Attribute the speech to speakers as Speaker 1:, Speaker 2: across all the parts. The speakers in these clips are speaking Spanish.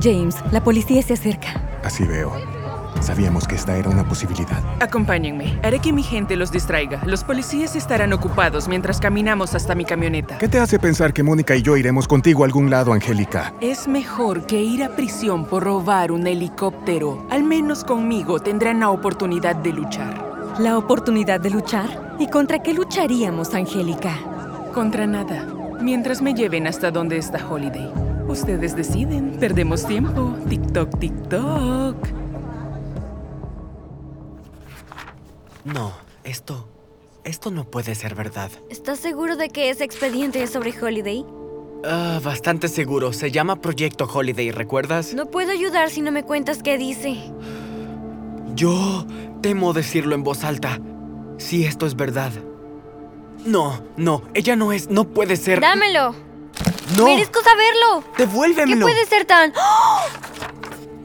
Speaker 1: James, la policía se acerca.
Speaker 2: Así veo. Sabíamos que esta era una posibilidad.
Speaker 3: Acompáñenme. Haré que mi gente los distraiga. Los policías estarán ocupados mientras caminamos hasta mi camioneta.
Speaker 2: ¿Qué te hace pensar que Mónica y yo iremos contigo a algún lado, Angélica?
Speaker 3: Es mejor que ir a prisión por robar un helicóptero. Al menos conmigo tendrán la oportunidad de luchar.
Speaker 1: ¿La oportunidad de luchar? ¿Y contra qué lucharíamos, Angélica?
Speaker 3: Contra nada. Mientras me lleven hasta donde está Holiday. Ustedes deciden. Perdemos tiempo. Tic-toc, tic-toc.
Speaker 4: No, esto... Esto no puede ser verdad.
Speaker 5: ¿Estás seguro de que ese expediente es sobre Holiday?
Speaker 4: Ah, bastante seguro. Se llama Proyecto Holiday, ¿recuerdas?
Speaker 5: No puedo ayudar si no me cuentas qué dice.
Speaker 4: Yo temo decirlo en voz alta. Si esto es verdad. No, no, ella no es, no puede ser.
Speaker 5: ¡Dámelo!
Speaker 4: ¡No!
Speaker 5: ¡Merezco saberlo! ¿Qué
Speaker 4: ¡Devuélvemelo!
Speaker 5: puede ser tan...? ¡Oh!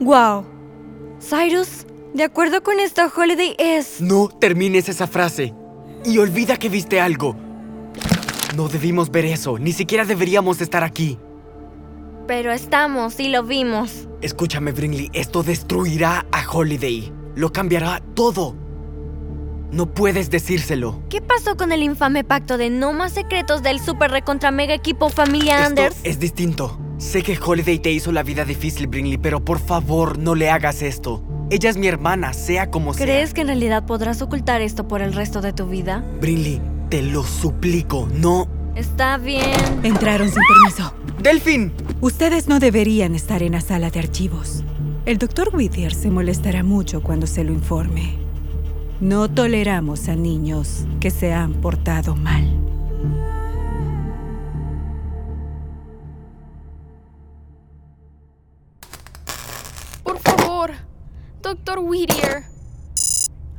Speaker 1: ¡Wow!
Speaker 5: Cyrus, de acuerdo con esto, Holiday es...
Speaker 4: No termines esa frase. Y olvida que viste algo. No debimos ver eso. Ni siquiera deberíamos estar aquí.
Speaker 5: Pero estamos y lo vimos.
Speaker 4: Escúchame, Brinley. Esto destruirá a Holiday. Lo cambiará todo. No puedes decírselo.
Speaker 5: ¿Qué pasó con el infame pacto de no más secretos del super recontra mega equipo familia Anders?
Speaker 4: Esto es distinto. Sé que Holiday te hizo la vida difícil, Brinley, pero por favor no le hagas esto. Ella es mi hermana, sea como sea.
Speaker 5: ¿Crees que en realidad podrás ocultar esto por el resto de tu vida?
Speaker 4: Brinley, te lo suplico, no.
Speaker 5: Está bien.
Speaker 1: Entraron sin permiso.
Speaker 4: ¡Delfín!
Speaker 1: Ustedes no deberían estar en la sala de archivos. El doctor Whittier se molestará mucho cuando se lo informe. No toleramos a niños que se han portado mal.
Speaker 6: Por favor, doctor Whittier.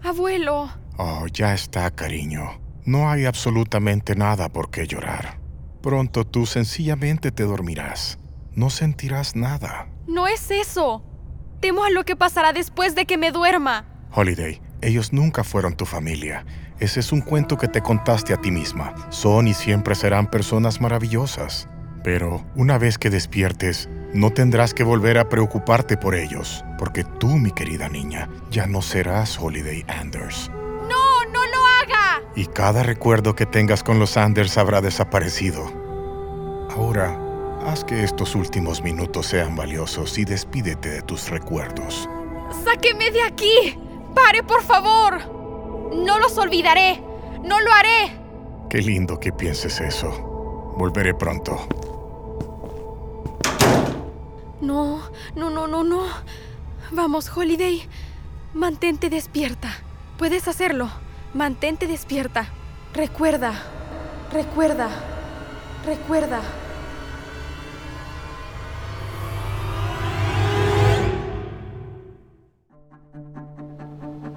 Speaker 6: Abuelo,
Speaker 7: Oh, ya está, cariño. No hay absolutamente nada por qué llorar. Pronto tú sencillamente te dormirás. No sentirás nada.
Speaker 6: no es eso. Temo a lo que pasará después de que me duerma.
Speaker 7: Holiday, ellos nunca fueron tu familia. Ese es un cuento que te contaste a ti misma. Son y siempre serán personas maravillosas. Pero una vez que despiertes, no tendrás que volver a preocuparte por ellos, porque tú, mi querida niña, ya no serás Holiday Anders.
Speaker 6: ¡No, no lo haga!
Speaker 7: y cada recuerdo que tengas con los Anders habrá desaparecido. Ahora, haz que estos últimos minutos sean valiosos y despídete de tus recuerdos.
Speaker 6: ¡Sáqueme de aquí! ¡Pare, por favor! No los olvidaré. No lo haré.
Speaker 7: Qué lindo que pienses eso. Volveré pronto.
Speaker 6: No, no, no, no, no. Vamos, Holiday. Mantente despierta. Puedes hacerlo. Mantente despierta. Recuerda. Recuerda. Recuerda.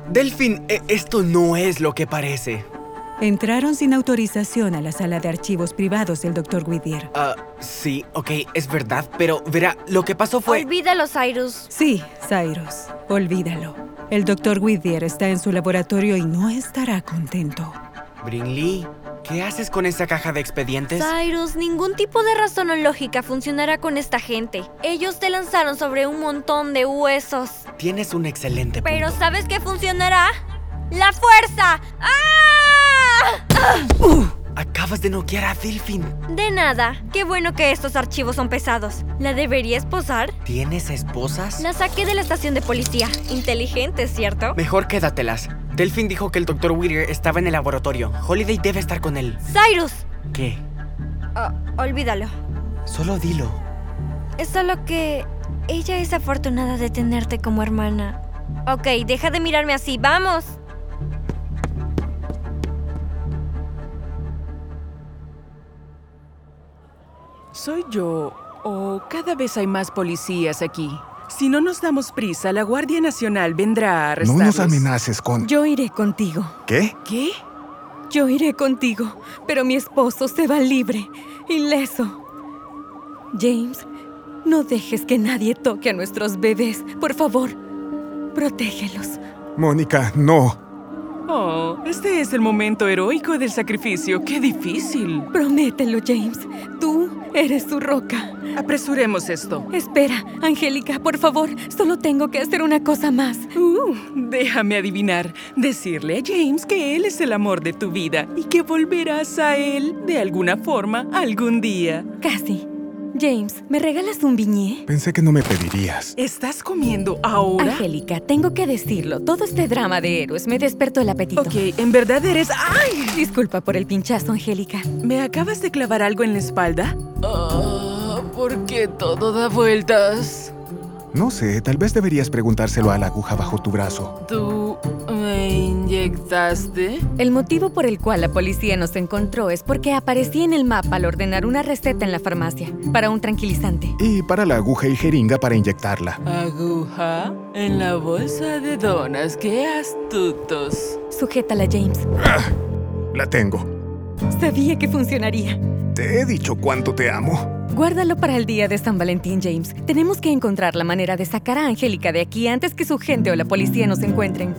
Speaker 4: Delfín, e- esto no es lo que parece.
Speaker 1: Entraron sin autorización a la sala de archivos privados del doctor Whittier.
Speaker 4: Ah, sí, ok, es verdad, pero verá, lo que pasó fue...
Speaker 5: Olvídalo, Cyrus.
Speaker 1: Sí, Cyrus, olvídalo. El doctor Whittier está en su laboratorio y no estará contento.
Speaker 4: Brinley, ¿qué haces con esa caja de expedientes?
Speaker 5: Cyrus, ningún tipo de razón o lógica funcionará con esta gente. Ellos te lanzaron sobre un montón de huesos.
Speaker 4: Tienes un excelente punto.
Speaker 5: Pero ¿sabes qué funcionará? ¡La fuerza! ¡Ah! ¡Ah!
Speaker 4: Acabas de noquear a Delfin.
Speaker 5: De nada. Qué bueno que estos archivos son pesados. ¿La debería esposar?
Speaker 4: ¿Tienes esposas?
Speaker 5: La saqué de la estación de policía. Inteligente, ¿cierto?
Speaker 4: Mejor quédatelas. Delfin dijo que el Dr. Whittier estaba en el laboratorio. Holiday debe estar con él.
Speaker 5: ¡Cyrus!
Speaker 4: ¿Qué?
Speaker 5: Ah, olvídalo.
Speaker 4: Solo dilo.
Speaker 5: Es solo que ella es afortunada de tenerte como hermana. Ok, deja de mirarme así. ¡Vamos!
Speaker 3: ¿Soy yo o cada vez hay más policías aquí? Si no nos damos prisa, la Guardia Nacional vendrá a
Speaker 2: No
Speaker 3: arrestarnos.
Speaker 2: nos amenaces con...
Speaker 1: Yo iré contigo.
Speaker 2: ¿Qué?
Speaker 3: ¿Qué?
Speaker 1: Yo iré contigo, pero mi esposo se va libre, ileso. James, no dejes que nadie toque a nuestros bebés, por favor. Protégelos.
Speaker 2: Mónica, no.
Speaker 3: Oh, este es el momento heroico del sacrificio. ¡Qué difícil!
Speaker 1: Promételo, James. Tú eres su roca.
Speaker 3: Apresuremos esto.
Speaker 1: Espera, Angélica, por favor, solo tengo que hacer una cosa más.
Speaker 3: Uh, déjame adivinar. Decirle a James que él es el amor de tu vida y que volverás a él de alguna forma algún día.
Speaker 1: Casi. James, ¿me regalas un viñé?
Speaker 2: Pensé que no me pedirías.
Speaker 3: ¿Estás comiendo ahora?
Speaker 1: Angélica, tengo que decirlo. Todo este drama de héroes me despertó el apetito.
Speaker 3: Ok, en verdad eres... ¡Ay!
Speaker 1: Disculpa por el pinchazo, Angélica.
Speaker 3: ¿Me acabas de clavar algo en la espalda? Ah, ¿Por qué todo da vueltas?
Speaker 2: No sé, tal vez deberías preguntárselo a la aguja bajo tu brazo.
Speaker 3: ¿Tú me inyectaste?
Speaker 1: El motivo por el cual la policía nos encontró es porque aparecí en el mapa al ordenar una receta en la farmacia para un tranquilizante.
Speaker 2: Y para la aguja y jeringa para inyectarla.
Speaker 3: Aguja en la bolsa de donas. ¡Qué astutos!
Speaker 1: Sujétala, James.
Speaker 2: La tengo.
Speaker 1: Sabía que funcionaría.
Speaker 2: Te he dicho cuánto te amo.
Speaker 1: Guárdalo para el día de San Valentín, James. Tenemos que encontrar la manera de sacar a Angélica de aquí antes que su gente o la policía nos encuentren.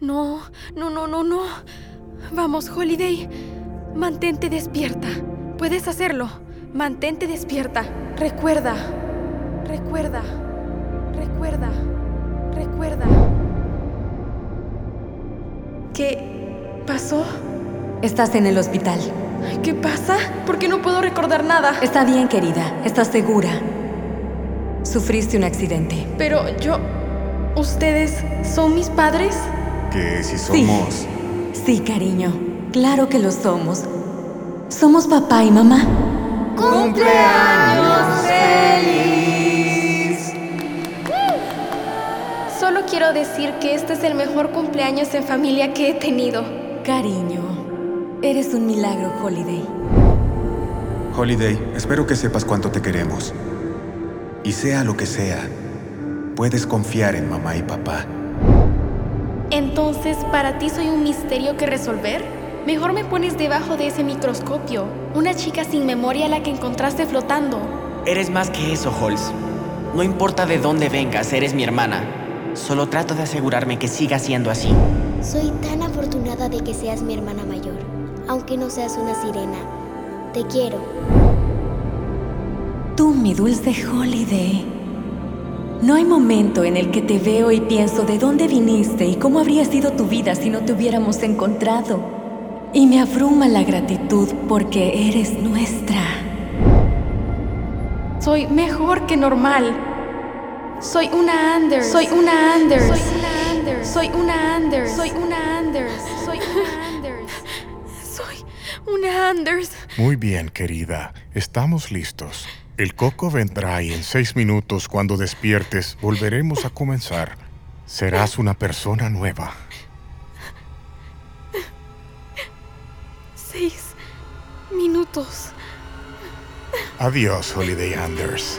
Speaker 6: No, no, no, no, no. Vamos, Holiday. Mantente despierta. Puedes hacerlo. Mantente despierta. Recuerda. Recuerda. Recuerda. Recuerda. ¿Qué pasó?
Speaker 1: Estás en el hospital.
Speaker 6: ¿Qué pasa? ¿Por qué no puedo recordar nada?
Speaker 1: Está bien, querida. Estás segura. Sufriste un accidente.
Speaker 6: Pero yo... ¿Ustedes son mis padres?
Speaker 7: Que si
Speaker 1: somos- Sí, cariño. Claro que lo somos. Somos papá y mamá.
Speaker 6: Solo quiero decir que este es el mejor cumpleaños en familia que he tenido.
Speaker 1: Cariño, eres un milagro, Holiday.
Speaker 8: Holiday, espero que sepas cuánto te queremos. Y sea lo que sea, puedes confiar en mamá y papá.
Speaker 6: Entonces, ¿para ti soy un misterio que resolver? Mejor me pones debajo de ese microscopio, una chica sin memoria a la que encontraste flotando.
Speaker 4: Eres más que eso, Holmes. No importa de dónde vengas, eres mi hermana. Solo trato de asegurarme que siga siendo así.
Speaker 9: Soy tan afortunada de que seas mi hermana mayor, aunque no seas una sirena. Te quiero.
Speaker 1: Tú, mi dulce Holiday. No hay momento en el que te veo y pienso de dónde viniste y cómo habría sido tu vida si no te hubiéramos encontrado. Y me abruma la gratitud porque eres nuestra.
Speaker 6: Soy mejor que normal. Soy una Anders. Soy una Anders. Soy una Anders. Soy una Anders. Soy una Anders. Soy una Anders. Soy una Anders.
Speaker 7: Muy bien, querida. Estamos listos. El coco vendrá y en seis minutos, cuando despiertes, volveremos a comenzar. Serás una persona nueva.
Speaker 6: Seis minutos.
Speaker 7: Adiós, Holiday Anders.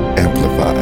Speaker 7: Amplified.